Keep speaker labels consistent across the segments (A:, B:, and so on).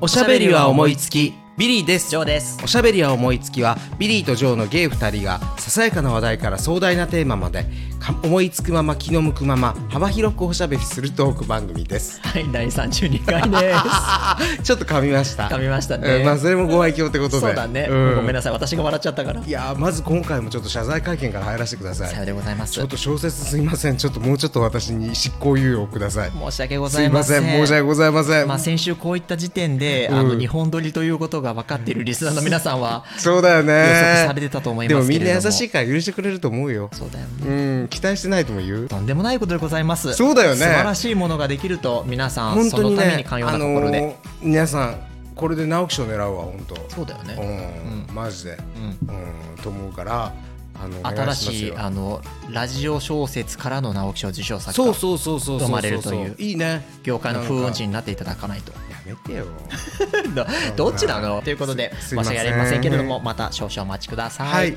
A: おしゃべりは思いつきビリーです
B: ジョーです
A: おしゃべりは思いつきはビリーとジョーのゲイ2人がささやかな話題から壮大なテーマまでか思いつくまま気の向くまま幅広くおしゃべりするトーク番組です
B: はい第32回です
A: ちょっと 噛みました
B: 噛みましたね
A: うんまあそれもご愛嬌ってことで
B: そうだね、
A: うん
B: ごめんなさい私が笑っちゃったから
A: いやーまず今回もちょっと謝罪会見から入らせてくださ
B: さよう
A: い
B: でございます
A: ちょっと小説すいませんちょっともうちょっと私に執行猶予をください
B: 申し訳ご
A: す
B: ざ
A: い
B: い
A: ま
B: ま
A: せ
B: せ
A: ん
B: ん
A: 申し訳ございません、
B: まあ、先週こういった時点で、
A: うん
B: あの日本撮りということが分かっているリスナーの皆さんは
A: そうだよね
B: 予測されてたと思いますけれども
A: でもみんな優しいから許してくれると思うよ
B: そうだよね
A: うん期待してないとも言う
B: とんでもないことでございます
A: そうだよね
B: 素晴らしいものができると皆さん
A: 本
B: そ
A: 当
B: の
A: に
B: ために
A: ね
B: 寛容な心で、
A: あのー皆さんこれで直木賞狙うわ本当
B: そうだよ
A: う
B: ね、
A: ん、マジで
B: うん
A: うんと思うからあのお願
B: 新
A: います
B: しい
A: よ
B: あのラジオ小説からの直木賞受賞作家
A: そうそうそうそうそう
B: 生まれるという
A: いいね
B: 業界の風
A: な
B: 雲児
A: んか
B: になっていただかないと
A: やめてよ
B: どどっちなのということです
A: すいま
B: 申し
A: せん
B: 訳ありませんけれどもまた少々お待ちくださ、
A: はいい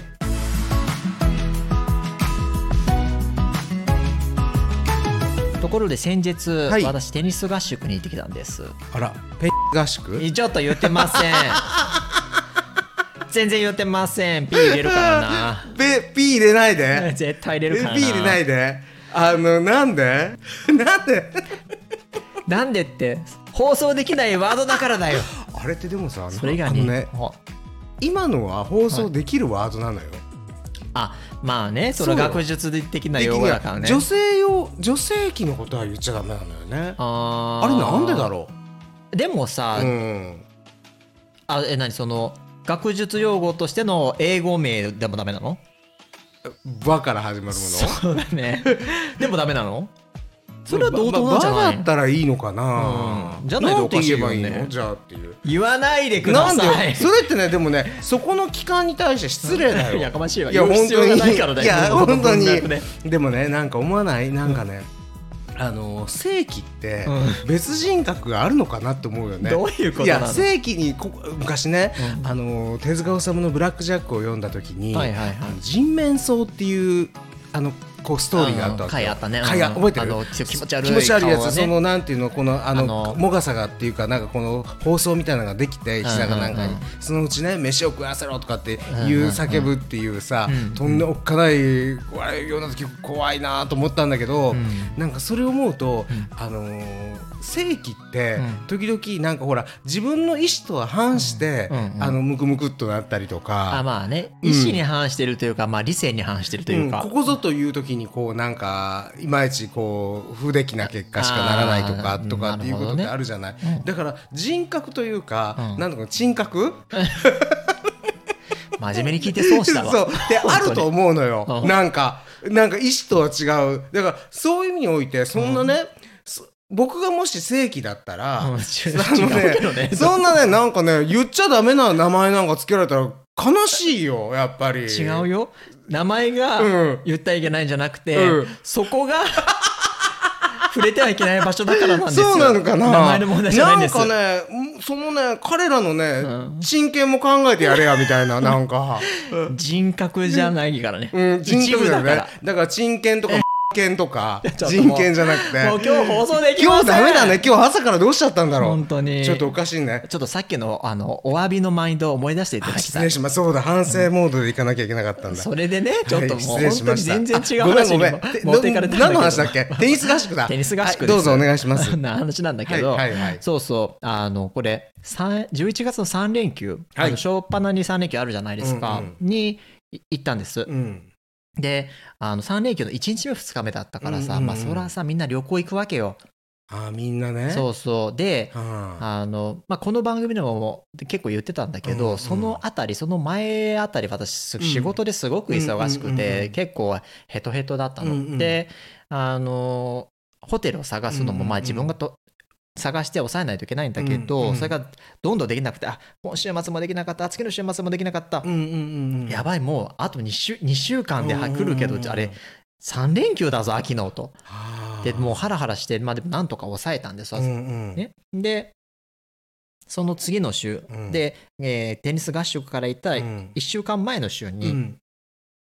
B: ところで先日、
A: い
B: 私テニス合宿に行ってきたんです
A: あらペン合宿
B: ちょっと言ってま せん全然言ってません P 入れるから
A: ペピ入れないで
B: な絶対入
A: ペ
B: れ
A: ピ
B: るからな
A: 入れないであのなんで なんで
B: なんでって放送できないワードだから だよ
A: あれってでもさ
B: それ以外に
A: あのね
B: もう
A: 今のは放送できるワードなのよ、
B: あまあねそ
A: そ
B: の
A: うよ
B: 学術的な
A: で
B: 用
A: き
B: 語
A: る
B: だからね
A: 女性用女性器のことは言っちゃダメなのよねあ
B: あ
A: れなんでだ
B: う
A: ろ
B: でも
A: う
B: さ、
A: うん
B: あえ何その学術用語としての英語名でもダメなの
A: バから始まるもの
B: そうだねでもダメなのそれは同等
A: ま
B: なんじゃ
A: バ
B: ない、
A: だったらいいのかな、
B: うんじゃないとおかしいよね
A: なんて言えばいいのじゃあっていう
B: 言わないでくだ
A: なん
B: さ
A: で
B: い
A: それってねでもねそこの機関に対して失礼だよ
B: やか ましいわ
A: いや
B: 言う
A: 本
B: 必要
A: 当に
B: がないからだよ
A: いや
B: この
A: 本 当に
B: 文脈で
A: でもねなんか思わないなんかね、あの正規って
B: う
A: 別人格があるのかなって思うよね。
B: どういうこと
A: い
B: な
A: や
B: の
A: 正規にこ昔ね、あの手塚治虫の「ブラック・ジャック」を読んだ時に「
B: はいはいはい
A: あの人面相」っていうあのこうストーリーがあったわけよ
B: あの回あったねうん
A: 回あ覚えて
B: あ
A: る
B: のちょ気持ち悪い
A: 気持ち悪いや
B: 顔が
A: つ
B: ね
A: そのなんていうのこのあの
B: あの
A: もがさがっていうかなんかこの放送みたいなのができて石坂なんかに、
B: うんうん
A: そのうちね飯を食わせろとかっていう
B: うんうんうん
A: 叫ぶっていうさ、
B: うん
A: とんでおっかない怖いような時怖いなと思ったんだけど、
B: うん
A: なんかそれを思うと、
B: うん
A: あのー正規って
B: うん
A: 時々なんかほら自分の意思とは反して、
B: うんうんうん
A: あのムクムクっとなったりとか。
B: あまあね
A: うん
B: 意思に反してるというか、まあ理性に反してるというか、
A: うんここぞという時にこうなんかいまいちこう不出来な結果しかならないと
B: あ
A: か
B: ー
A: とか
B: うん
A: っていうことってあるじゃない、
B: ほどねうん
A: だから人格というか、
B: うん
A: なんとか人格
B: 真面目に聞いて損したわ
A: そうであると思うのよ
B: うん
A: なんかなんか意思とは違うだからそういう意味においてそんなね、そ僕がもし正規だったら、あ
B: うん違う
A: の
B: 違うけどね
A: そんなねなんかね言っちゃダメな名前なんか付けられたら悲しいよやっぱり
B: 違うよ名前
A: う
B: が
A: ん
B: 言ったらいけないんじゃなくて、
A: うん
B: そこが触れてはいけない場所だからなんですよ
A: そうなのかな
B: 名前の問題じゃないんです
A: んかねうんそのね彼らのね、
B: うん
A: 真剣も考えてやれやみたいななん か、
B: 人格じゃないからね、
A: うん、人
B: 一
A: 格
B: 部
A: だよ
B: だ
A: ねだ
B: から
A: から人権とか権とか
B: ちょっと
A: 人
B: もう
A: 権じゃなくて
B: もう今日放送でき
A: 今日
B: ません
A: ダメだね今日朝からどうしちゃったんだろう
B: 本当に
A: ちょっとおかしいね
B: ちょっとさっきのあのお詫びのマインドを思い出していただき
A: 失
B: たい
A: 礼しますそうだ反省モードでいかなきゃいけなかったんだ、
B: それでねちょっとも う
A: はい失礼し
B: 本当
A: ま
B: に
A: した
B: 全然違う
A: あごめんご
B: 話に
A: めん
B: も持っていかれた
A: で
B: んだけど
A: 何の話だっけテニス合宿だ
B: テニス合宿です、
A: はいどうぞお願いし ます
B: な話なんだけど、
A: はいはいはい
B: そうそうあのこれ三11月の3連休、
A: はい
B: あの初っ端に3連休あるじゃないですか、
A: うんうん
B: にい行ったんです、
A: うん
B: であの3連休の1日目2日目だったからさ、
A: うんうんうん
B: まあ、そらさみんな旅行行くわけよ
A: あーみんなね
B: そうそうで
A: はあ
B: あのまあ、この番組でももう結構言ってたんだけど、
A: うんうん
B: そのあたりその前あたり私す
A: うん
B: 仕事ですごく忙しく
A: うん
B: て、
A: うんうん
B: 結構ヘトヘトだったの、
A: うんうん
B: であのホテルを探す
A: うん
B: の
A: うん
B: も
A: うん
B: まあ自分がと、探して抑えないといけないんだけど、
A: うんうん
B: それがどんどんできなくてあ今週末もできなかった次の週末もできなかった、
A: うんうんうんうん
B: やばいもうあと2週 ,2 週間では来るけど、
A: うんうんうん
B: あれ3連休だぞ秋のと
A: はあ
B: でもうハラハラして、まあ、でもなんとか抑えたんですわ、
A: うんうん
B: ね、でその次の週、
A: うん
B: で、えーテニス合宿から行ったら
A: う
B: 1
A: ん
B: 週間前の週
A: う
B: に、
A: ん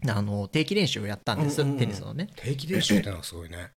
B: あの定期練習をやったんです、
A: うんうんうん
B: テニスのね
A: 定期練習ってのがすごいね。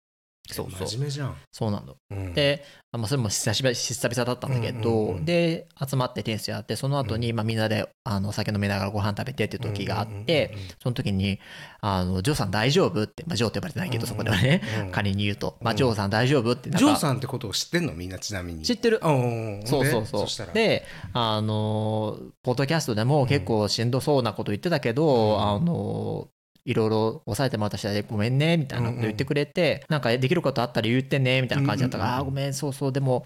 B: そうそう
A: 真面目じゃん、
B: そうなんだ
A: うん、
B: で、まあ、それも久しぶり久々だったんだけど、
A: うんうんうん
B: で集まってテニスやってその後に、まあみんなであのお酒飲みながらご飯食べてっていう時があって、
A: うんうんうんうん
B: その時にあの「ジョーさん大丈夫?」って、まあ、ジョーって呼ばれてないけど、そこではね、
A: うん
B: 仮に言うと「ま
A: う
B: あ、
A: ん
B: ジョーさん大丈夫?」ってなん
A: ジ
B: か
A: ョーさんってことを知ってんのみんなちなみに
B: 知ってる
A: あうんん
B: そう
A: で
B: そうそう。
A: したら
B: で、あのー、ポッドキャストでも結構しんどそうなこと言ってたけど、
A: うん
B: あのー、いろいろ抑えてもらった人でごめんねみたいなこと言ってくれて、なんかできることあったら言ってねみたいな感じだったから、
A: うんうんうん
B: あーごめんそうそうでも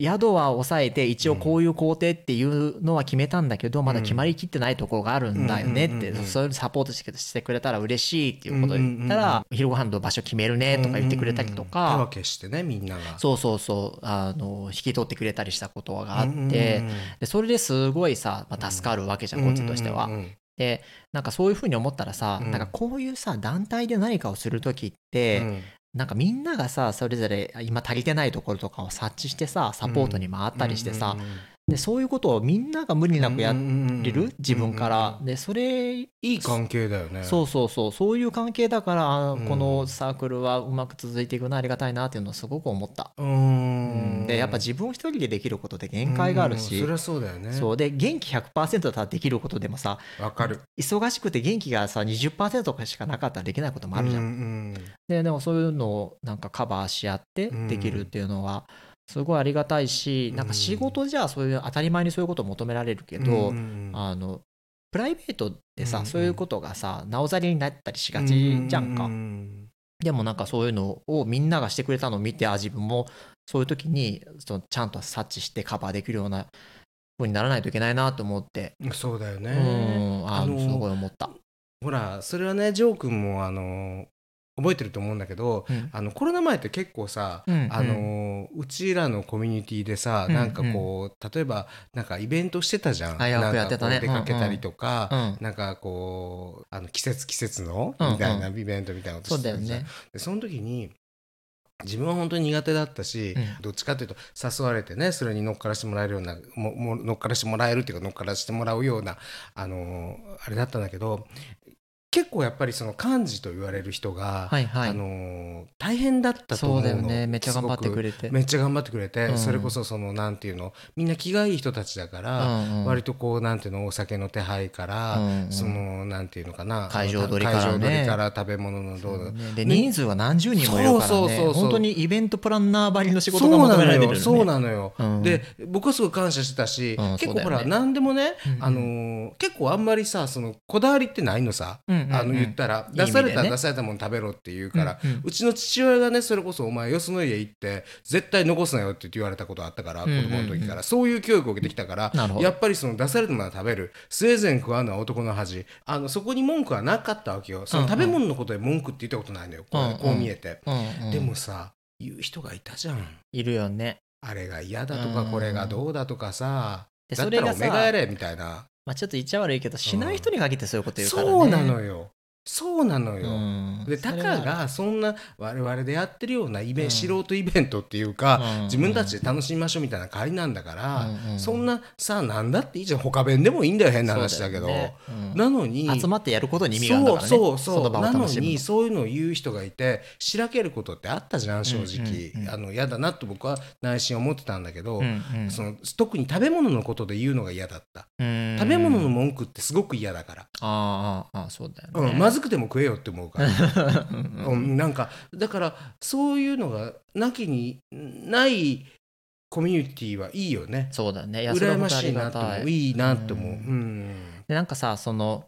B: 宿は抑えて一応こういう工程っていうのは決めたんだけど、まだ決まりきってないところがあるんだよねって、
A: うんうんうんうん
B: そういうサポートしてしてくれたら嬉しいっていうことを言ったら、
A: うんうんうん
B: 昼ご飯の場所決めるねとか言ってくれたりとか、
A: うんうんうん手分けしてねみんなが
B: そうそうそうあの引き取ってくれたりしたことがあって、
A: うんうんうん
B: でそれですごいさ、まあ、助かるわけじゃん、こっちとしては。
A: うんうんうん
B: でなんかそういうふうに思ったらさ、
A: うん
B: なんかこういうさ団体で何かをする時って、
A: うん
B: なんかみんながさそれぞれ今足りてないところとかを察知してさサポートに回ったりして
A: う
B: さ、
A: んうんうん
B: でそういうことをみんなが無理なくやって
A: う
B: る、
A: んうんうん
B: 自分か
A: うん
B: ら
A: う、ん
B: でそれ
A: いい関係だよね
B: そううそうそうそういう関係だからあ
A: うん
B: このサークルはうまく続いていくのはありがたいなっていうのをすごく思った。
A: うーん
B: でやっぱ自分一人でできることって限界がある
A: うん
B: し
A: それ、はそうだよね
B: そうで元気100%だったらできることでもさ
A: わかる
B: 忙しくて元気がさ20%とかしかなかったらできないこともあるじゃん。
A: うん
B: ででもそういうのをなんかカバーし合って
A: うん
B: できるっていうのはすごいありがたいし、なんか仕事じゃそういう当たり前にそういうことを求められるけ
A: う
B: ど、
A: んうんうん
B: あのプライベートでさ、
A: うんうん
B: そういうことがさなおざりになったりしがちじゃんか。
A: ううん
B: でもなんかそういうのをみんながしてくれたのを見てあ自分もそういう時にそのちゃんと察知してカバーできるような風にならないといけないなと思って、
A: うんそうだよね、
B: うんあ
A: あ
B: の
A: の
B: すごい思った、
A: ほらそれはねジョー君もあの覚えてると思うんだけど
B: うん
A: あのコロナ前って結構さ、
B: うん
A: あのうちらのコミュニティでさ、
B: うん
A: なんかこう例えばなんかイベントしてたじゃん
B: あよくやってたね
A: なんかこう出かけたりとか、
B: うん
A: なんかこうあの季節季節の
B: うんうん
A: みたいなイベントみたいなこと
B: そ
A: し
B: う
A: て
B: だ
A: た
B: よ
A: じゃん
B: ね、
A: でその時に自分は本当に苦手だったし、
B: うん
A: どっちかというと誘われてねそれに乗っからしてもらえるようなもも乗っからしてもらえるっていうか乗っからしてもらうような、あのーあれだったんだけど結構やっぱりその幹事と言われる人が、
B: はいはい、
A: あのー大変だったと
B: そ
A: 思う
B: う
A: の
B: だよねめっちゃ頑張ってく
A: れ
B: れて、
A: めっちゃ頑張ってくれて、
B: うん
A: それこそそのなんていうのみんな気がいい人たちだか
B: う
A: ら、
B: んうん
A: 割とこうなんていうのお酒の手配から、
B: うんうん
A: そのなんていうのかな
B: 会場取りから
A: 会
B: ね
A: 場取りから食べ物のどうだ
B: ねで
A: ね
B: 人数が何十人もいるからね
A: そうそうそうそう
B: 本当にイベントプランナーばりの仕事
A: そ
B: が
A: うな
B: 求めら
A: の
B: れてるよ
A: よ
B: ね
A: そうなのよ、
B: うん
A: で僕はすごい感謝してたし、
B: うん
A: 結
B: そう
A: 構
B: だよ
A: ほ
B: ね
A: ら、何でもね、
B: うんうん
A: あのー結構あんまりさそのこだわりってないのさ、
B: うんうんうん
A: あの言ったら
B: いい意味
A: 出されたら
B: でね
A: 出されたもの食べろって言うから、
B: う
A: うん
B: うん
A: ちの父親がねそれこそお前よその家行って絶対残すなよって言われたことあったから、
B: うんうんうん
A: 子供の時からそういう教育を受けてきたから
B: なるほど
A: やっぱりその出されたものは食べるスウェーデン食わうのは男の恥あのそこに文句はなかったわけよその食べ物のことで文句って言ったことないのよ、こう
B: うんうん
A: こう見えて、
B: うんうん
A: でもさ言う人がいたじゃん。
B: いるよね
A: あれが嫌だと
B: うん
A: かこれがどうだとかさ、
B: で
A: だ
B: そ
A: っ
B: れ
A: たら
B: が
A: お
B: さ
A: めがやれみたいな、
B: まあ、ちょっと言っちゃ悪いけどしない人に限ってそういうこと言うからね、
A: そうなのよそうなのよ、
B: よ
A: でたかがそんな我々でやってるようなイベント、素人イベントっていうか、
B: うん
A: 自分たちで楽しみましょうみたいな会なんだから、
B: うんうん
A: そんなさなんだっていいじゃん他弁でもいいんだよ変な話だけどなのに
B: 集まってやることに意味があるんだからね
A: そうそう
B: そ
A: そ
B: の
A: う
B: 場を
A: なの
B: 楽しむ
A: にそういうのを言う人がいてしらけることってあったじゃん正直、
B: うんうんうん
A: あの嫌だなと僕は内心思ってたんだけど、
B: うんうん
A: その特に食べ物のことで言うのが嫌だった
B: うん
A: 食べ物の文句ってすごく嫌だから、
B: ああああそうだよ
A: うん
B: ね、
A: まずくても食えよって思うから、
B: うん
A: うん、なんかだからそういうのがなきにないコミュニティはいいよね
B: そうだねいやそれは
A: 羨ま
B: 本当あ
A: しい
B: りが
A: なと
B: た
A: 思
B: いう
A: いいなと思う、う
B: う
A: んん
B: でなんかさその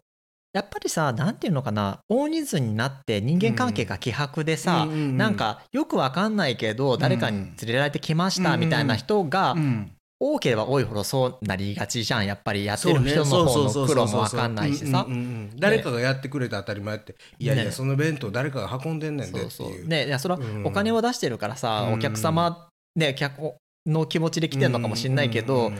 B: やっぱりさなんていうのかな大人数になって人間関係が希薄でさ、
A: うんうんうん
B: なんかよくわかんないけど誰かに連れられてきましたみたいな人が、
A: うん
B: 多ければ多いほどそうなりがちじゃんやっぱりやってる人の方の苦労もわかんないしさ
A: うんうんうん誰かがやってくれて当たり前っていやいや、
B: ね
A: その弁当誰かが運んでんねんでって
B: そ
A: いうう
B: そうねいやそれは
A: うん
B: お金を出してるからさ、
A: うん
B: お客様ね客の気持ちで来てるのかもしれないけど、
A: うん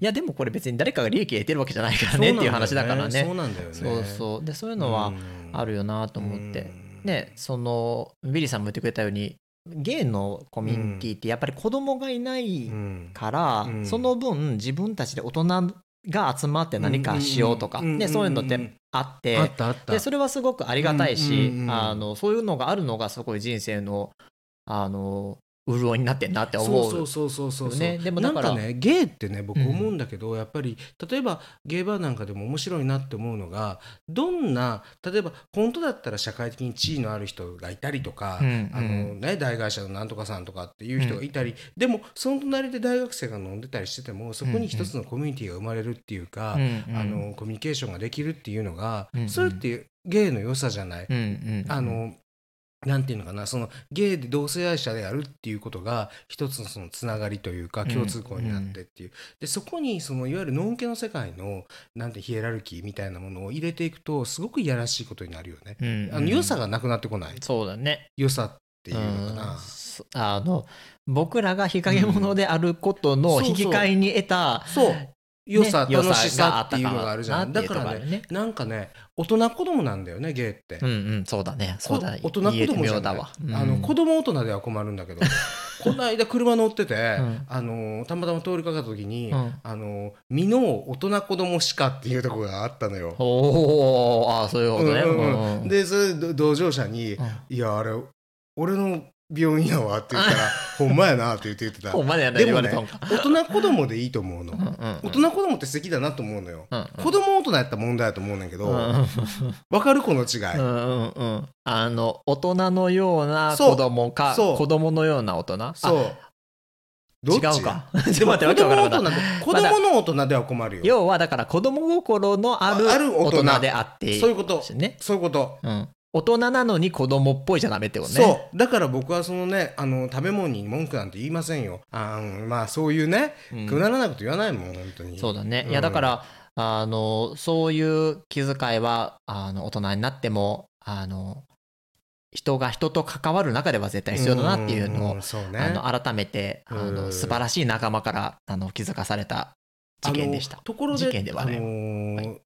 B: いやでもこれ別に誰かが利益を得てるわけじゃないからねっていう話だからね
A: そうなんだよね
B: そうそうでそういうのはあ
A: る
B: るよなと思って、ねそのビリーさんも言ってくれたようにゲイのコミュニティってやっぱり子供がいない
A: うん
B: から、
A: うん
B: その分自分たちで大人が集まって何かしようとか、
A: うんうんうん
B: ね
A: うん
B: そういうのってあって、
A: あったあった
B: でそれはすごくありがたいし、
A: うんうんうん
B: あのそういうのがあるのがすごい人生のあの潤いになってんなって思う
A: そうそうそうそうそう、
B: ねでも
A: な
B: だ
A: ん
B: から
A: かねゲイってね僕
B: うん
A: 思うんだけど、やっぱり例えばゲイバーなんかでも面白いなって思うのがどんな例えば本当だったら社会的に地位のある人がいたりとか、
B: うん
A: あのね、大会社のなんとかさんとかっていう人がいたり、でもその隣で大学生が飲んでたりしててもそこに一つのコミュニティが生まれるっていうか、
B: うんうん
A: あのコミュニケーションができるっていうのが、
B: うんうん
A: それってゲイの良さじゃない。
B: うんうん
A: あのなんていうのかなそのゲイで同性愛者であるっていうことが一つのそのつながりというか
B: うん
A: 共通項になってっていう、でそこにそのいわゆるノンケの世界のなんてヒエラルキーみたいなものを入れていくとすごくいやらしいことになるよね。
B: うんうん
A: あの良さがなくなってこない
B: そうだね
A: 良さっていうのか
B: う。
A: なん
B: そあの僕らが日陰者であることの
A: うん
B: 引き換えに得た、
A: そう良さ、
B: ね
A: 楽しさっていうのがあるじゃん
B: 良
A: だ
B: さ
A: か
B: があった
A: ら
B: なっていう
A: ね
B: とこあるね
A: なんかね大人子供なんだよねゲイって、
B: うんうんそうだねそうだ
A: こ大人
B: 言
A: 子
B: えて
A: 供じ
B: みよ
A: ゃ
B: うだ
A: ない
B: わ、
A: あの子
B: 供
A: 供大人では困るんだ けどこの間車乗ってて、
B: ん
A: あのたまたま通りかかった時に、
B: うん
A: あの美濃大人子供歯科っていうとこがあったのよ。
B: おおああそういうことね、
A: うんうんうん
B: うん
A: でそれで同乗者に
B: うん
A: 「いやあれ俺の病院やわ」って言った ら「ほんまやな」って言って言ってた
B: お前らやな
A: で
B: 言
A: も
B: わ
A: ね
B: れたんか、
A: 大人子供でいいと思うの
B: うんうん
A: 大人子供って素敵だなと思うのよ
B: うん
A: 子供大人やったら問題だと思うねんだけ
B: うんうん
A: ど分かるこの違
B: う
A: い
B: んうんうんあの大人のような
A: そう
B: 子供か
A: そう
B: 子供のような大人
A: そうどっ
B: 違う
A: ち
B: かちょ
A: でも子
B: っと待ってわけ
A: 供
B: わから
A: 大
B: ん
A: 人で
B: かった
A: 子供の大人では困るよ
B: 要はだから子供心のある
A: あある大
B: 大
A: 人
B: 人であって
A: そういうこと
B: ですよね、
A: そういうこと
B: うん、大人なのに子供っぽいじゃダメってことね
A: そうだから僕はそのねあの食べ物に文句なんて言いませんよあーうんまあそういうね
B: うん、
A: くだらないこと言わないもん本当に
B: そうだね、いうや
A: ん
B: だからあのそういう気遣いはあの大人になってもあの人が人と関わる中では絶対必要だなっていうのを、
A: んそうね
B: あの改めてあの、
A: うん
B: 素晴らしい仲間からあの気づかされた事件でし
A: あ
B: た
A: のところで
B: 事件ではね
A: あのー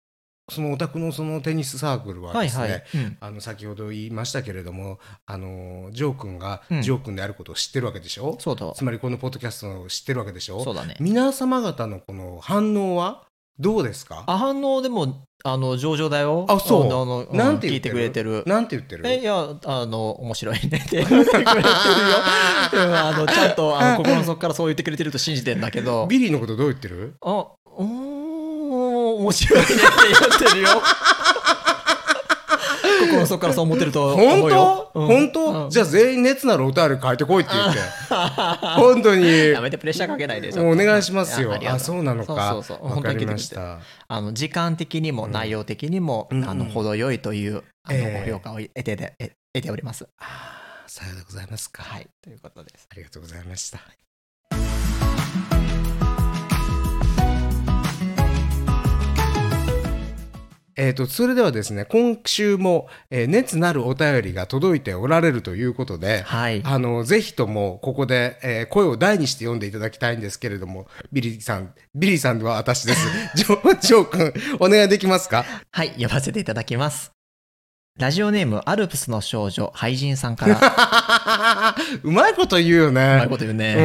A: そのお宅のそのテニスサークルは
B: は
A: で
B: い
A: すね、
B: はい、うん
A: あの先ほど言いましたけれどもあのージョー君が
B: うん
A: ジョー君であることを知ってるわけでしょ、
B: そうだわ
A: つまりこのポッドキャストを知ってるわけでしょ
B: そうだね
A: 皆様方のこの反応はどうですか
B: あ反応でもあの上々だよ
A: あそう
B: ののう
A: なんて言っ
B: 聞い
A: て
B: て
A: る
B: くれてる
A: なんて言ってる
B: えいやあの面白いねっ て言ってくれてるようんあのちゃんとあの心の底からそう言ってくれてると信じてんだけど
A: ビリーのことどう言ってる
B: あうーん面白いねって言ってるよ 心の底からそう思ってると思
A: 本
B: うよ
A: 当本
B: う
A: 当
B: ん
A: じゃあ全員熱なるお便り書いてこいって言って本当に
B: やめてプレッシャーかけないでちょっと
A: お願いしますよ
B: あありがと
A: あそうなのか
B: そうそうそう
A: わか
B: 本当に聞
A: り
B: いてくれて
A: ました
B: あの時間的にも内容的にも、
A: うん
B: あの程よいというあの、
A: ええ
B: ご評価を得てでえ得ております
A: あーさようでございますか
B: はいということです
A: ありがとうございましたえー、とそれではですね今週も、えー熱なるお便りが届いておられるということで、
B: はい
A: あのぜひともここで、えー声を大にして読んでいただきたいんですけれどもビリーさんビリーさんは私ですジョ ージョー君お願いできますか
B: はい、呼ばせていただきます。ラジオネーム、アルプスの少女、廃人さん から。
A: うまいこと言うよ
B: うまい
A: ね
B: こと言うね。
A: う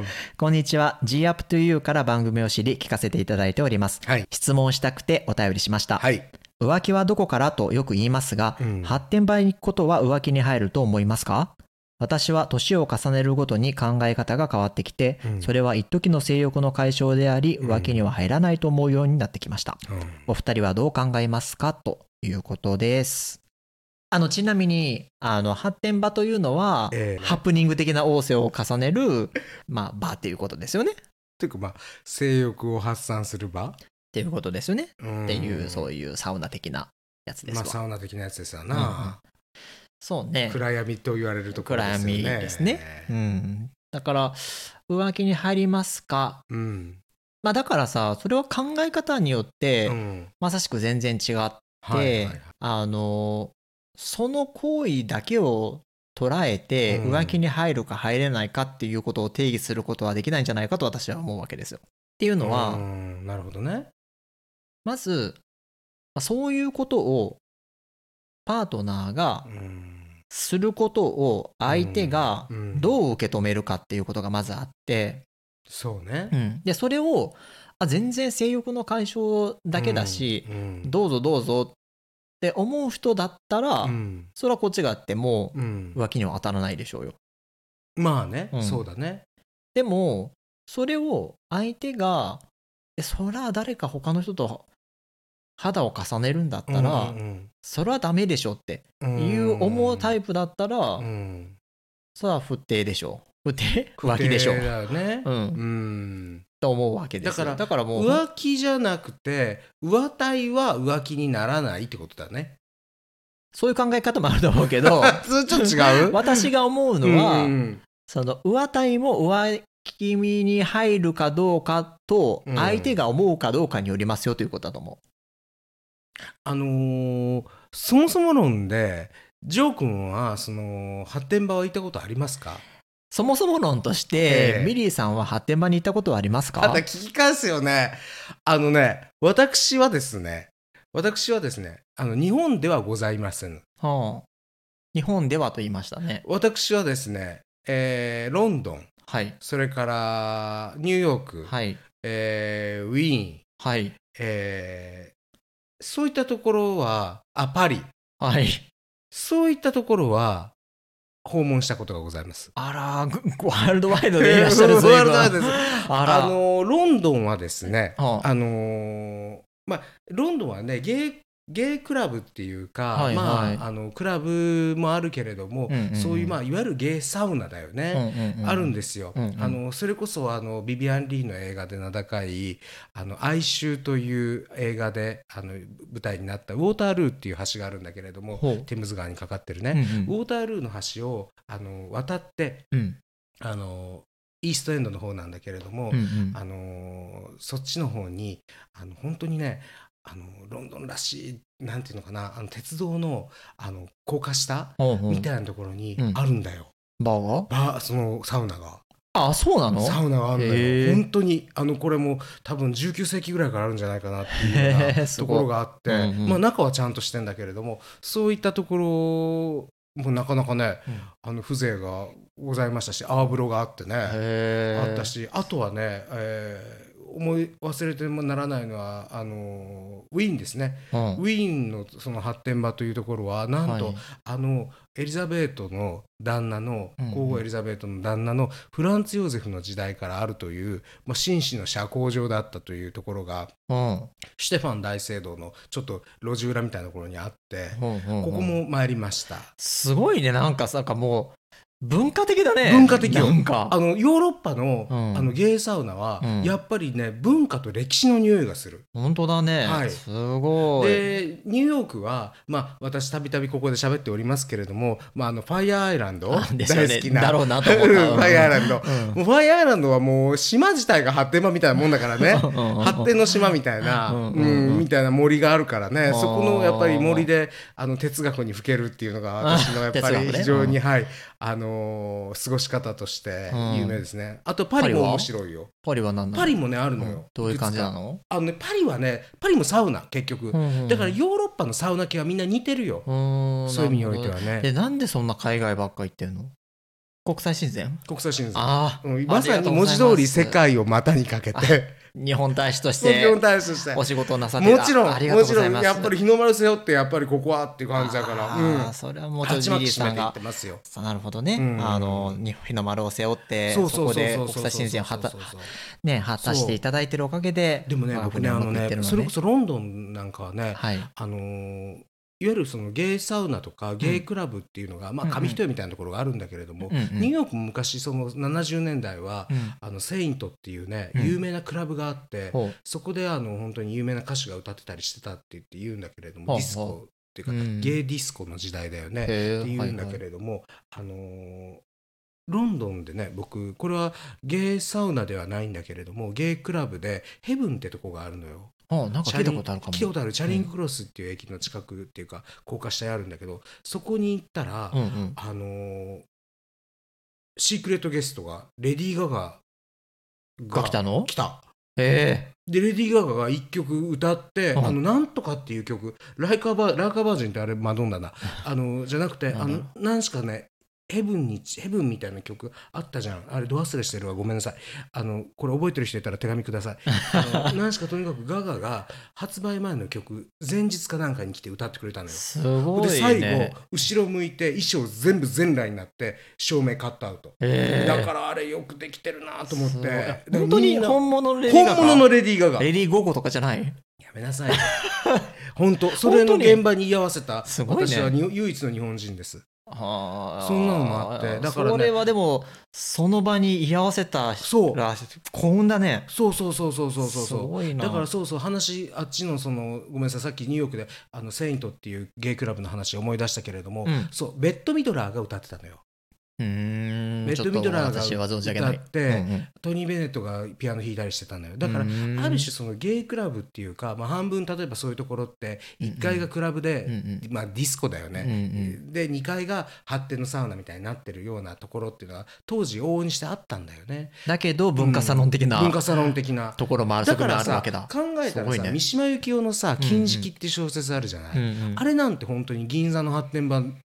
A: ん
B: こんにちは。G Up to You から番組を知り、聞かせていただいております。
A: はい
B: 質問したくてお便りしました。
A: はい
B: 浮気はどこからとよく言いますが、
A: うん
B: 発展場へ行くことは浮気に入ると思いますか私は年を重ねるごとに考え方が変わってきて、
A: うん
B: それは一時の性欲の解消であり、浮気には入らないと思うようになってきました。
A: うん
B: お二人はどう考えますかということです。あのちなみにあの発展場というのは、
A: ええ
B: ハプニング的な仰せを重ねる、 まあ、場っていうことですよね。っ
A: というかまあ性欲を発散する場
B: ていうことですよね。
A: っ
B: っていう、そういうサウナ的なやつです
A: ま
B: わ。
A: あサウナ的なやつですわ
B: うんうん
A: な、
B: そうね。
A: 暗闇と言われるところ
B: 暗
A: ですよね
B: 闇ですね。うん、だから浮気に入りますか。
A: うん、
B: まあ、だからさそれは考え方によって、
A: うん、
B: まさしく全然違っ
A: はいはいはい
B: あのその行為だけを捉えて
A: うん
B: 浮気に入るか入れないかっていうことを定義することはできないんじゃないかと私は思うわけですよ。っていうのは、
A: うんなるほどね
B: まずまあそういうことをパートナーが
A: うん
B: することを相手が
A: うん
B: どう受け止めるかっていうことがまずあって、
A: そうね
B: うんでそれをあ全然性欲の解消だけだし、
A: うん
B: どうぞどうぞって思う人だったら、
A: うん
B: それはこっちがあっても
A: うん
B: 浮気には当たらないでしょうよ。
A: まあね、
B: うん
A: そうだね
B: でもそれを相手が「えそら誰か他の人と肌を重ねるんだったら、それはダメでしょ」っていう思うタ
A: イ
B: イプだったら、
A: うん、
B: それは不定でしょ不定浮気でしょ、
A: だよね、
B: うん
A: うん
B: と思うわけですよ
A: だから
B: だからもう
A: 浮気じゃなくて浮体は浮気にならないってことだね
B: そういう考え方もあると思うけど
A: 普通 ちょっと違う
B: 私が思うのは、
A: うん
B: その上体も上気味に入るかどうかと
A: うん
B: 相手が思うかどうかによりますよということだと思
A: あのーそもそも論でジョー君はその発展場は行ったことありますか
B: うそもそも論として、
A: ええ
B: ミリーさんは発展場に行ったことはあります
A: あ
B: か
A: んた聞き返すよねあのね私はですね私はですねあの日本ではございません
B: はあ日本ではと言いましたね
A: 私はですね、えーロンドン
B: はい
A: それからニューヨーク、
B: はい
A: えーウィーン、
B: はい
A: えーそういったところはあパリ
B: はい
A: そういったところは訪問したことがございます
B: あらぐワールドワイ ドでいらっしゃる
A: ワールドワイドです
B: 随分あら
A: あのロンドンはですね、
B: はあ
A: あのーまあ、ロンドンはねゲイゲイクラブっていうか、
B: はいはい
A: まあ、あのクラブもあるけれども、
B: うんうんうん
A: そういう、まあ、いわゆるゲイサウナだよね、あるんですよ。
B: うんうん
A: あのそれこそあのビビアン・リーの映画で名高い「あの哀愁」という映画であの舞台になったウォータールーっていう橋があるんだけれども
B: ほう
A: テムズ川にかかってる
B: うん
A: ね、ウォータールーの橋をあの渡って
B: うんうん
A: あのイーストエンドの方なんだけれども、
B: うんうん
A: あのーそっちの方にあの本当にねあのロンドンらしいなんていうのかなあの鉄道のあの高架下
B: ほうほう
A: みたいなところに
B: うん
A: あるんだよ、
B: バーガー
A: バーそのサウナが
B: あそうなの
A: サウナがあるんだ
B: へ
A: よ
B: ー
A: 本当にあのこれも多分19世紀ぐらいからあるんじゃないかなっていうよう
B: へー
A: な
B: す
A: と
B: ごい
A: ころがあって、
B: うんうん
A: まあ、中はちゃんとしてんだけれどもそういったところもなかなかね
B: うん
A: あの風情がございましたし泡風呂があってね。
B: へー
A: あったし、あとはね、えー思い忘れてもならないのはあのウィーンですね、
B: うん
A: ウィーンのその発展場というところはなんと、
B: はい
A: あのエリザベートの旦那の
B: うんうん
A: 皇后エリザベートの旦那のフランツ・ヨーゼフの時代からあるという、まあ、紳士の社交場だったというところが
B: うん
A: シュテファン大聖堂のちょっと路地裏みたいなところにあって、
B: うんうんうん
A: ここも参りました。
B: すごいねなんかさなんかもう文化的だね
A: 文化的よ
B: なんか
A: あのヨーロッパの,、
B: うん
A: あのゲイサウナは、
B: うん
A: やっぱりね文化と歴史の匂いがする。
B: 本当だね、
A: はい
B: すごい
A: でニューヨークは、まあ、私たびたびここで喋っておりますけれども、まあ、あのファイヤーアイランド
B: あ
A: 大
B: ですよね
A: 好きな、
B: だろうなと思っ
A: う
B: た
A: ん ファイヤーアイランド、
B: うん
A: もうファイヤーアイランドはもう島自体が発展場みたいなもんだからね発展の島みたいな、
B: う
A: う
B: ん
A: ん
B: うんうん
A: みたいな森があるからね
B: あー
A: そこのやっぱり森であの哲学にふけるっていうのが私のやっぱ
B: あー哲学
A: り
B: ね
A: 非常に、はいあのー過ごし方として有名ですね、あとパリも面白いよ
B: パリは何なの
A: パリもねあるのよ、
B: うんどういう感じな
A: 実は
B: の、
A: あの、ね、パリはねパリもサウナ結局、
B: うんうん
A: だからヨーロッパのサウナ系はみんな似てるよ、
B: うん
A: そういう意味においては
B: なるほどえ
A: ね
B: なんでそんな海外ばっか行ってるの国際親善
A: 国際親善
B: ああ
A: うんまさに文字通り世界を股にかけて
B: 日本大使とし
A: そう日本
B: て
A: 大使として
B: お仕事をなさって
A: もちろん
B: あありがと
A: も
B: うご
A: ち
B: ざ
A: ろ
B: い
A: ん
B: ます
A: やっぱり日の丸背負ってやっぱりここはっていう感じだから
B: あ
A: うん
B: ーそれはもうちょっ
A: 鉢巻
B: とリリー
A: き締
B: さ
A: め
B: ん
A: ていっ
B: が
A: てますよ
B: さなるほどね、
A: うん
B: あの日日の丸を背負って
A: そ
B: そう
A: そう
B: こ
A: そう
B: で
A: そう
B: 国
A: そう
B: 際
A: そうそ
B: 親
A: う
B: 善をはた
A: そうそう
B: ね果たしていただいてるおかげで
A: でもね
B: 我が
A: 僕
B: 国
A: ね
B: は
A: あ
B: う
A: の
B: まくいっ
A: ね
B: てるの
A: それこそロンドンなんかはね
B: はい
A: あのーいわゆるそのゲイサウナとかゲイクラブっていうのが、まあ、紙一重みたいなところがあるんだけれども、
B: うんうん
A: ニューヨークも昔その70年代は、
B: うん
A: あのセイントっていうね
B: うん
A: 有名なクラブがあって、
B: ほう
A: そこであの本当に有名な歌手が歌ってたりしてたって言って言うんだけれど
B: ほう
A: もディスコっていうか、
B: うん
A: ゲイディスコの時代だよね、
B: へー
A: っていうんだけれども、あのーロンドンでね僕これはゲイサウナではないんだけれどもゲイクラブでヘブンってとこがあるのよ。
B: はいはいあなんか聞いたことあるかも
A: チャリン聞いたことあるチャリングクロスっていう駅の近くっていうか高架下にあるんだけどそこに行ったら、
B: うんうん
A: あのーシークレットゲストがレディー・ガガ
B: が来たの
A: 来た
B: え
A: でレディー・ガガが1曲歌って「
B: うん
A: あのなんとか」っていう曲「ライカバーライカバージョン」ってあれマドンナだあのじゃなくて
B: なん
A: あ
B: だろう
A: のなんしかねヘブンにヘブンみたいな曲あったじゃんあれど忘れしてるわごめんなさいあのこれ覚えてる人いたら手紙くださいあ の何しかとにかくガガが発売前の曲前日かなんかに来て歌ってくれたのよ
B: すご
A: で
B: い
A: 最
B: ね
A: 後。後ろ向いて衣装全部全裸になって照明カットアウト、
B: えー
A: だからあれよくできてるなと思って
B: すご
A: で
B: い本当
A: み
B: に
A: んな
B: 本物のレディ
A: 本
B: ーガガ
A: 物のレディー・ガガ
B: レディーゴーゴーとかじゃない
A: やめなさい 本当それの現場に居合わせた
B: すごいね
A: 私はに唯一の日本人です
B: はあ
A: そんなのもあってだからね
B: それはでもその場に居合わせた
A: そう
B: ら幸運だね
A: そうそうそうそうそうそう
B: す
A: そう
B: ごいな
A: だからそうそう話あっちのそのごめんなさいさっきニューヨークであのセイントっていうゲイクラブの話を思い出したけれども、
B: うん
A: そうベッド・ミドラーが歌ってたのよ
B: うーん
A: ベッドミドラーが
B: ちょっと私は存じ上げない
A: 歌ってトニー・ベネットがピアノ弾いたりしてたのよだからある種そのゲイクラブっていうか、まあ、半分例えばそういうところって
B: うんうん
A: 1階がクラブで、
B: うんうん
A: まあ、ディスコだよね、
B: うん
A: で2階が発展のサウナみたいになってるようなところっていうのは当時往々にしてあったんだよね
B: だけど文化サロン的
A: 文
B: な
A: 化サロン的な
B: ところもある
A: だ
B: 側
A: か
B: 面
A: ら
B: あるわ
A: さ
B: けだ
A: 考えた
B: す
A: ら
B: ごい
A: さ、
B: ね
A: 三島由紀夫のさ「
B: うん
A: 金色」って小説あるじゃない、
B: うんうん
A: あれなんて本当に銀座の発展版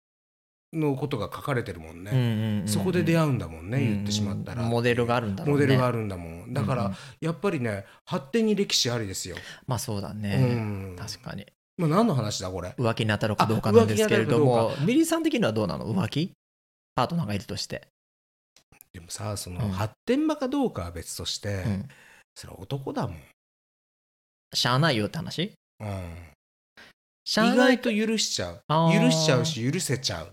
A: のことが書かれてるもんね、そこで出
B: 会
A: 会うんだもんね、言ってしまったら、
B: モデルがあるんだろうね
A: モデルがあるんだもんだから、
B: うんうん
A: やっぱりね発展に歴史ありですよ、
B: まあそうだ
A: う
B: ね
A: ん
B: 確かに
A: まあ、何の話だこれ
B: 浮気に当たるかどうかなんですけれど
A: あ浮気に当
B: もビリーさん的にはどうなの浮気パートナーがいるとして
A: でもさそ
B: うん
A: の発展場かどうかは別として、
B: うん
A: それは男だもん、
B: しゃあないよって話
A: うん、
B: しゃあ
A: 意
B: ない
A: 外と許しちゃう
B: あー
A: 許しちゃうし許せちゃう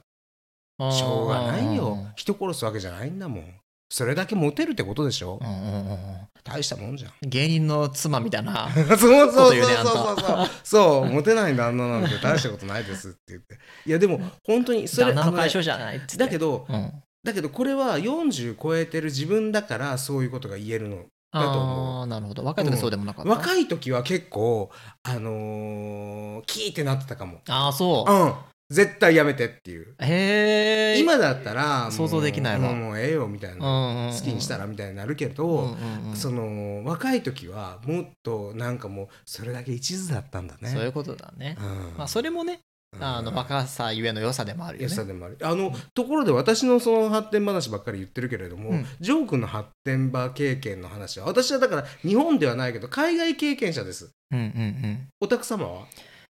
A: しょうがないよ人殺すわけじゃないんだもんそれだけモテるってことでしょ
B: うんうんうんうん
A: 大したもんじゃん
B: 芸人の妻みたいな
A: そうそう
B: こと
A: そう
B: 言うね
A: そうそうそうそうモテない旦那なんて大したことないですって言っていやでも本当に それ
B: 旦那の
A: あのね
B: 解消じゃないっつって
A: だけど
B: うん
A: だけどこれは40超えてる自分だからそういうことが言えるのだと思う
B: ああなるほど若い時はそうでもなかった
A: 若い時は結構あのー、キーってなってたかも
B: ああそう
A: うん絶対やめてっていう
B: へえ
A: 今だったらもう
B: 想像できないわ
A: もうええよみたいな好
B: 好
A: きにしたらみたいになるけど、
B: うんうんうん
A: その若い時はもっとなんかもうそれだけ一途だったんだね。
B: そういうことだね
A: うん
B: まあそれもねあの
A: い
B: 若さゆえの良さでもあるよ
A: やさ
B: ね
A: でもあるあのところで私のその発展話ばっかり言ってるけれども、
B: うん
A: ジョー君の発展場経験の話は私はだから日本ではないけど海外経験者です
B: うんうんうん
A: お宅様は、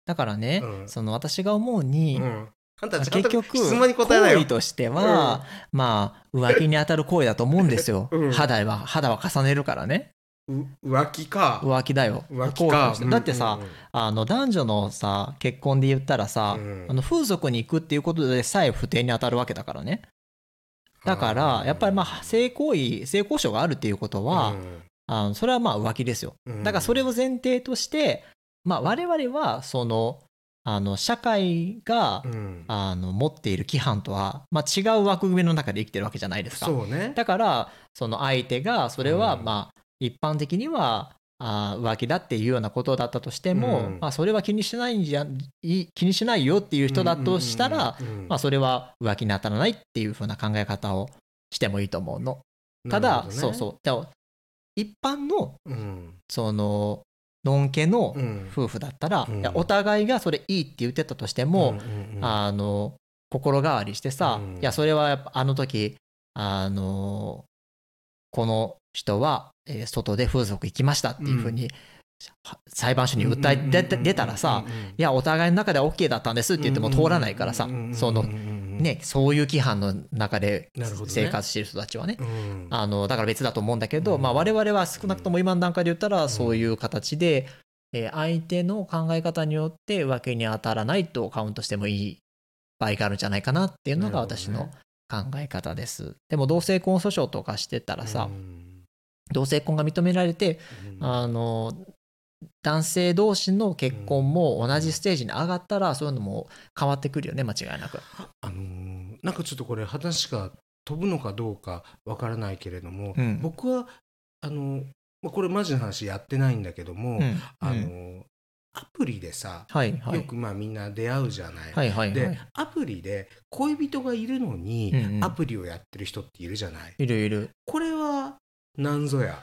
B: だからね
A: うん
B: その私が思うに
A: うん、あん
B: ま
A: た
B: あ
A: ちゃん
B: 結
A: と
B: 局
A: 質問に答えない
B: 行
A: よ
B: 為としてはまあ浮気に当たる行為だと思うんですよ
A: うん
B: 肌は肌は重ねるからね
A: う浮気か
B: 浮気だよ
A: 浮
B: 行
A: 気
B: 為
A: か
B: としてだってさ、あの男女のさ結婚で言ったらさ、
A: うん
B: あの風俗に行くっていうことでさえ不定に当たるわけだからねだからやっぱりまあ性行為性交渉があるっていうことは、あのそれはまあ浮気ですよだからそれ
A: を
B: を前提として、まあ、我々はそのあの社会が、あの持っている規範とは、まあ、違う枠組みの中で生きてるわけじゃないですか
A: そうね
B: だからその相手がそれは
A: うん
B: まあ一般的にはあー浮気だっていうようなことだったとしても、
A: うん
B: まあ、それは気にしないんじゃい気にしないよっていう人だとしたら、
A: うんうんうんうん
B: まあ、それは浮気に当たらないっていうふうな考え方をしてもいいと思うの。
A: な
B: た
A: る
B: だ、
A: ほどね
B: そうそうでも一般の
A: うん
B: そののんけの
A: うん
B: 夫婦だったら、
A: うん
B: いやお互いがそれいいって言ってたとしても、
A: んんん
B: あの心変わりしてさ、
A: うん
B: いやそれはやっぱあの時あのこの人は、えー外で風俗行きましたっていうふうに、は裁判所に訴えて出たらさ、いやお互いの中では OK だったんですって言っても通らないからさ、その
A: ね
B: ねそういう規範の中で
A: なるほどね
B: 生活してる人たちはね
A: うん
B: あのだから別だと思うんだけど、
A: うん
B: まあ、我々は少なくとも今の段階で言ったらそういう形で、えー相手の考え方によって浮気に当たらないとカウントしてもいい場合があるんじゃないかなっていうのが
A: なるほどね
B: 私の考え方です、でも同性婚訴訟とかしてたらさ、
A: うん
B: 同性婚が認められてあの男性同士の結婚も同じステージに上がったらそういうのも変わってくるよね間違いなく。
A: あのーなんかちょっとこれ話が飛ぶのかどうかわからないけれども
B: うん
A: 僕はあのーまあこれマジの話やってないんだけども
B: うん
A: あの
B: うん
A: ーアプリでさ
B: はいは
A: よ
B: い
A: くまあみんな出会うじゃない。
B: はいはいは
A: で
B: い。
A: アプリで恋人がいるの
B: う
A: に
B: んうん
A: アプリをやってる人っているじゃない。
B: いるいる。
A: これはなんぞや。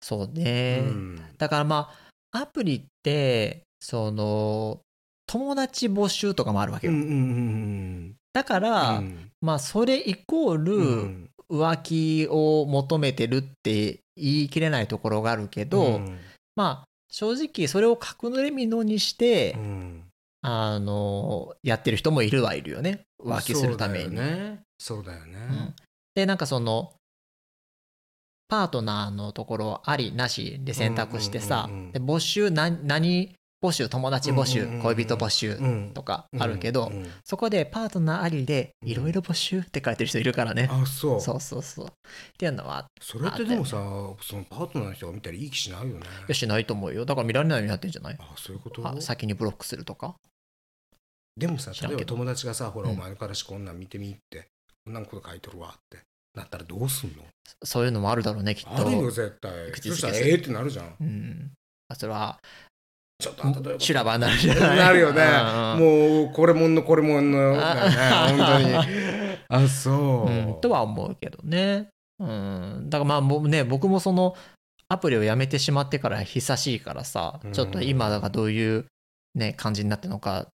B: そうね。
A: うん
B: だからまあアプリってその友達募集とかもあるわけ
A: う
B: よ、
A: んうんうんうん
B: だから、
A: うん
B: まあそれイコール、
A: うん
B: 浮気を求めてるって言い切れないところがあるけど、
A: うん
B: まあ正直それを隠れみのにして、
A: うん
B: あのやってる人もいるはいるよね浮気するために。
A: そうだよね。
B: うんでなんかそのパートナーのところありなしで選択してさ、
A: うんうんうんうん
B: で募集何何募集友達募集、
A: うんうんうんうん
B: 恋人募集
A: うん
B: とかあるけど、
A: うんうん
B: そこでパートナーありでいろいろ募集って書いてる人いるからね。
A: あそう
B: そ
A: そう
B: そうそう。っていうのは
A: れってでもさそのパートナーの人が見たらいい気しないよね。
B: いやしないと思うよだから見られないようになってんじゃない
A: あそういうこと
B: あ先にブロックするとか
A: でもさ
B: 知らん
A: 例え
B: け
A: ば
B: ど
A: 友達がさほら
B: う
A: お
B: ん
A: 前の彼氏こんなん見てみってこんなこと書いてるわってなったらどうすんの
B: そういうのもあるだろうねきっ
A: あるよ
B: と、
A: 絶対。
B: 口
A: そ
B: づけ
A: したら
B: する
A: ええってなるじゃん。
B: うん、あそれは
A: ちょっとあんたどういうこと
B: 修羅場になるじゃない
A: なる よね
B: うんうん
A: もうこれもんのこれもんのだよ ね
B: あ
A: 本当にあそう、
B: うんとは思うけどね、うん、だからまあもうね僕もそのアプリをやめてしまってから久しいからさ
A: うん
B: ちょっと今がどういう、ね、感じになってるのか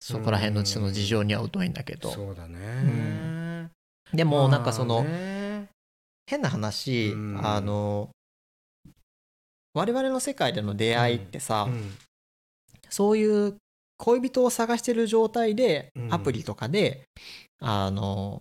B: そこら辺のその事情には疎いんだけど、
A: そうだね、
B: んでもなんかそ
A: ま
B: の、
A: あね
B: 変な話、
A: うん
B: あの我々の世界での出会いってさ、
A: うん
B: そういう恋人を探してる状態で
A: うん
B: アプリとかで、あの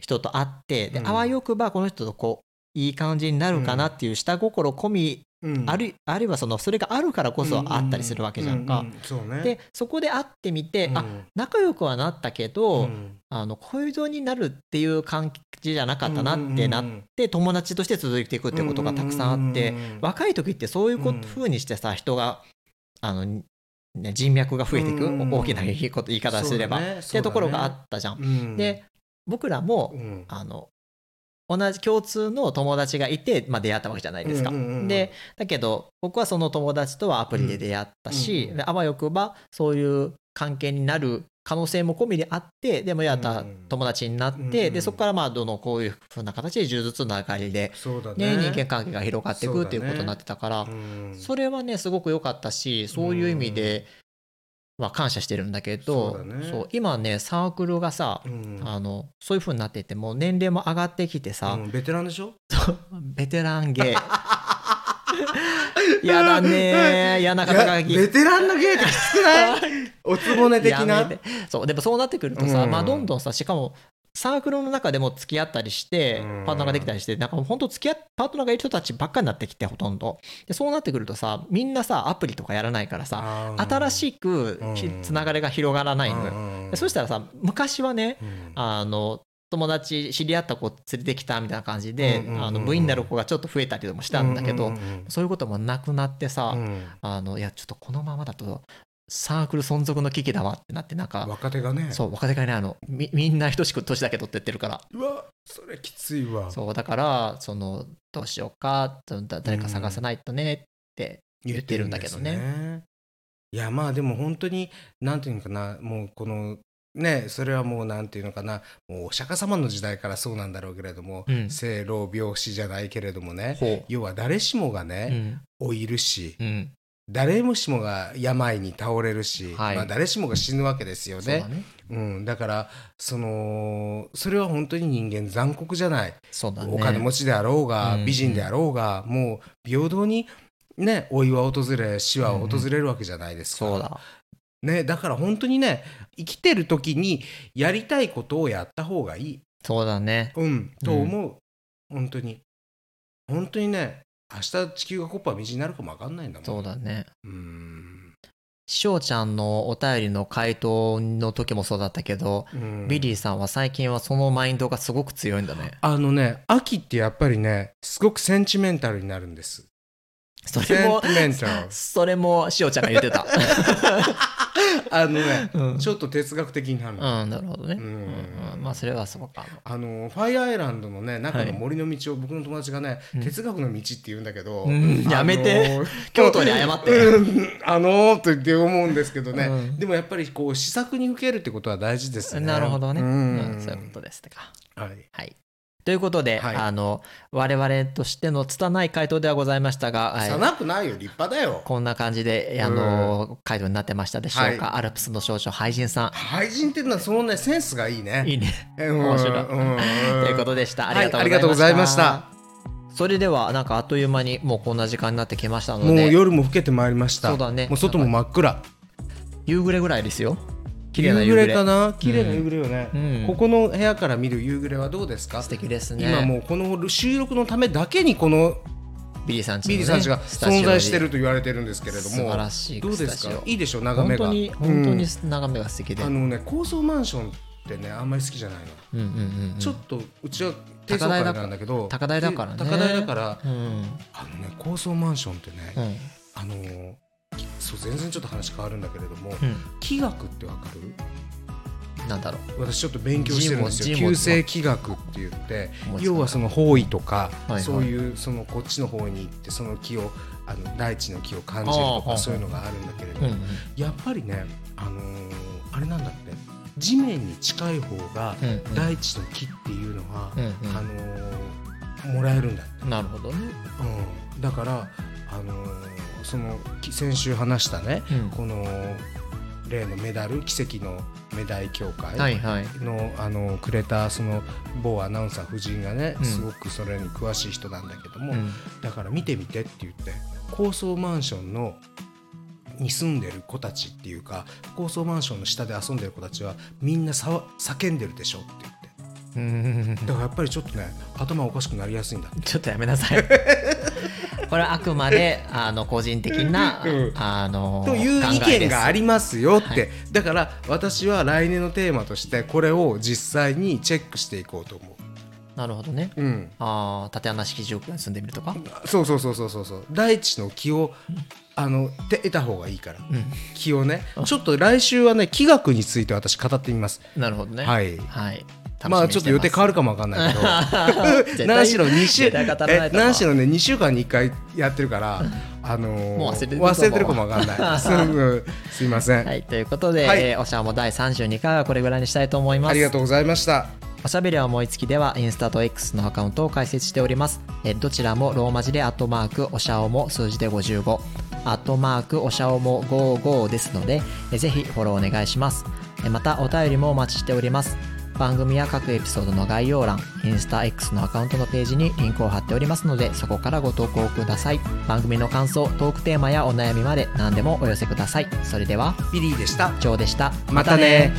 B: 人と会ってで、
A: うん
B: あわよくばこの人とこういい感じになるかなっていう下心込み、
A: うん
B: あるいあるいはそのそれがあるからこそ会ったりするわけじゃんか。
A: うううそうね
B: でそこで会ってみて、
A: うん
B: あ仲良くはなったけ
A: う
B: ど、
A: ん
B: あの恋人になるっていう感じじゃなかったなってなっ
A: うん
B: て友達として続いていくってことがたくさんあって
A: うんうんうん
B: 若い時ってそういうこ
A: うん
B: ふうにしてさ人があの、ね、人脈が増えていく
A: うんうん
B: 大きな言いこと言い方すれば、
A: そうだね
B: っていうところがあったじゃん。
A: うん
B: で僕らも、
A: うん
B: あの同じ共通の友達がいて、まあ、出会ったわけじゃないですか。
A: うんうんうん
B: でだけど僕はその友達とはアプリで出会ったし、
A: うんうん
B: であわよくばそういう関係になる可能性も込みであってでもやった
A: うんうん
B: 友達になって、
A: うんうん
B: でそこからまあどのこういうふうな形で柔術の流れで、
A: そうだ
B: ね
A: ね
B: 人間関係が広がってい
A: そう
B: く
A: だ
B: っ
A: ね
B: ていうことになってたからそ,、
A: うん
B: れはねすごく良かったしそういう意味では感謝してるんだけど、
A: そうだね
B: そう今ねサークルがさ、
A: うん
B: あのそういうふうになっててもう年齢も上がってきてさ、
A: うんベテランでしょ
B: ベテラ ン芸。や だねー。嫌な肩書
A: いやベ
B: き。
A: テランの 芸ってきつくないおつぼね的
B: や
A: な
B: めてそう、でもそうなってくるとさ、
A: うん
B: まあどんどんさ、しかも、サークルの中でも付き合ったりして
A: うん、
B: パートナーができたりして、なんか本当付き合っパートナーがいる人たちばっかになってきて、ほとんど。で、そうなってくるとさ、みんなさ、アプリとかやらないからさ、新
A: い
B: しくひ
A: うん
B: つながりが広がらないのよ。
A: よ
B: でそしたらさ、昔はね、
A: うん
B: あの友達知り合った子連れてきたみたいな感じで、
A: うんうんうんうん
B: あの部員になる子がちょっと増えたりもしたんだけ
A: うう
B: ど、
A: うん
B: そういうこともなくなってさ、
A: うん
B: あのいやちょっとこのままだとサークル存続の危機だわってなってなんか
A: 若手がね
B: そう若手がねあのみみんな等しく年だけ取ってってるから
A: うわそれきついわ
B: そうだからそのどうしようかだ誰か探さないとねって、言ってるんだけどね
A: 言ってるんですねいやまあでも本当になんていうのかなもうこのねそれはもうなんていうのかなもうお釈迦様の時代からそうなんだろうけれども、
B: うん
A: 生老病死じゃないけれどもね
B: ほ
A: 要は誰しもが
B: う、
A: ね、
B: ん
A: 老いるし
B: うん
A: 誰もしもが病に倒れるし、
B: はい
A: まあ、誰しもが死ぬわけですよ
B: そう
A: ね
B: だね
A: うん、だからそのそれは本当に人間残酷じゃない、
B: そうだね
A: お金持ちであろうが
B: うん
A: 美人であろうが、もう平等にね老いは訪れ死は訪れるわけじゃないですか、
B: そうだ
A: ね、だから本当にね生きてる時にやりたいことをやった方がいい、
B: そうだね
A: うん、と思う、本当に本当にね明日地球がコッパみじになるかもわかんないんだもん
B: そうだね
A: うん
B: 師匠ちゃんのお便りの回答の時もそうだったけど、
A: うん
B: ビリーさんは最近はそのマインドがすごく強いんだね
A: あのね秋ってやっぱりねすごくセンチメンタルになるんです
B: そ
A: セ
B: れ
A: ン
B: も
A: チメンタル。
B: それもしおちゃんが言って た
A: あのね、
B: うん
A: ちょっと哲学的になるの。
B: うんなるほどね
A: うん
B: うんうんまあそれはそうか
A: あのファイアアイランドのね中
B: は
A: の
B: い
A: 森の道を僕の友達がね、
B: うん
A: 哲学の道って言うんだけど、
B: うんや めて
A: あのー
B: 京都に謝って
A: うんあのーと言って思うんですけどね、
B: うん
A: でもやっぱりこう試作に受けるってことは大事ですね
B: なるほどね
A: うん
B: うんそういうことですってか
A: はい
B: はいということで、
A: はい
B: あの我々としての拙い回答ではございましたが、はい
A: さなくないよ立派だよ
B: こんな感じであの回答になってましたでしょうか、
A: は
B: アルプスの少女俳人さ
A: 俳人ってのはそのねセンスがいいね
B: んいいね
A: うん
B: 面白い
A: うん
B: ということでした。
A: は
B: あり
A: い
B: がとうございました。
A: あ
B: それではなんかあっという間にもうこんな時間になってきましたの
A: もう
B: で、
A: 夜も更けてまいりました
B: そうだね
A: もう外も真っ暗
B: 夕暮れぐらいですよ。綺麗な夕暮れ。
A: かな綺麗な夕暮れよね、
B: うん
A: ここの部屋から見る夕暮れはどうですか
B: 素敵ですね。
A: 今もうこの収録のためだけにこの
B: ビリーさんちのね
A: ビリーさんちが
B: スタジ
A: 存
B: オに
A: 在してると言われてるんですけれども
B: 素晴らしい
A: どうで
B: ス
A: す
B: タジ
A: か
B: オ
A: いいでしょ眺
B: 本
A: めが
B: 当に本当に眺めが素敵で。
A: あのね高層マンションってねあんまり好きじゃないの、
B: うんうんうんうん
A: ちょっとうちは低層階なんだけど
B: 高台だからね
A: で高台だから
B: うんうん
A: あのね高層マンションってね、
B: うん
A: あのーそう全然ちょっと話変わるんだけれども、
B: う
A: 気学ってわかる
B: んなんだろ
A: 私ちょっと勉強してるんですよ
B: 字も字も
A: 旧世気学って言って
B: もう
A: 要はその方位とか、
B: いはい
A: そういうそのこっちの方に行ってその気をあの大地の気を感じると
B: ああ
A: かそういうのがあるんだけれど
B: う。う
A: も、
B: んうん
A: やっぱりね、あのーあれなんだって地面に近い方が
B: うんうん
A: 大地の木っていうのは、
B: うん
A: あのーもらえるんだって、
B: うん。なるほどね。
A: うん、だから、あのーそのき先週話したね
B: うん
A: この例のメダル奇跡のメダイ協会、
B: はいはい。
A: のあのくれたその某アナウンサー夫人がね、
B: うん
A: すごくそれに詳しい人なんだけども、
B: うん
A: だから見てみてって言って高層マンションのに住んでる子たちっていうか高層マンションの下で遊んでる子たちはみんなさわ叫んでるでしょって言って
B: うん
A: だからやっぱりちょっとね頭おかしくなりやすいんだ
B: ちょっとやめ なさい。これはあくまであの個人的な、
A: うん
B: あの
A: という意
B: 考えで
A: 見
B: す
A: がありますよって、
B: 考えで
A: だから私は来年のテーマとしてこれを実際にチェックしていこうと思
B: なるほどね。
A: う。うん
B: ああ縦穴式住居に住んでみるとか。
A: そうそうそうそうそうそう大地の気をあのて得た方がいいから、
B: う
A: 気をねちょっと来週はね気学について私語ってみます
B: ん、なるほどね。い。
A: はい
B: はい。
A: まあちょっと予定変わ
B: る。
A: るかもわかんないけ
B: 絶
A: ど
B: 対
A: 何しろ2週
B: 絶対語らない
A: え
B: とな
A: 何しろね2週間に1回やってるからあのー
B: もう忘れてるかも
A: 忘れてるかもわかんないす うんすいません、
B: はい、ということで、
A: はい
B: えーおしゃも第32回はこれぐらいにしたいと思います。
A: ありがとうございました
B: おしゃべりは思いつきではインスタと X のアカウントを開設しております。えーどちらもローマ字でアットマークおしゃおも数字で55アットマークおしゃおも55ですので、えーぜひフォローお願いします。えーまたお便りもお待ちしております。番組や各エピソードの概要欄、インスタ X のアカウントのページにリンクを貼っておりますので、そこからご投稿ください。番組の感想、トークテーマやお悩みまで何でもお寄せください。それでは、
A: ビリーでした
B: ジョーでした。
A: またね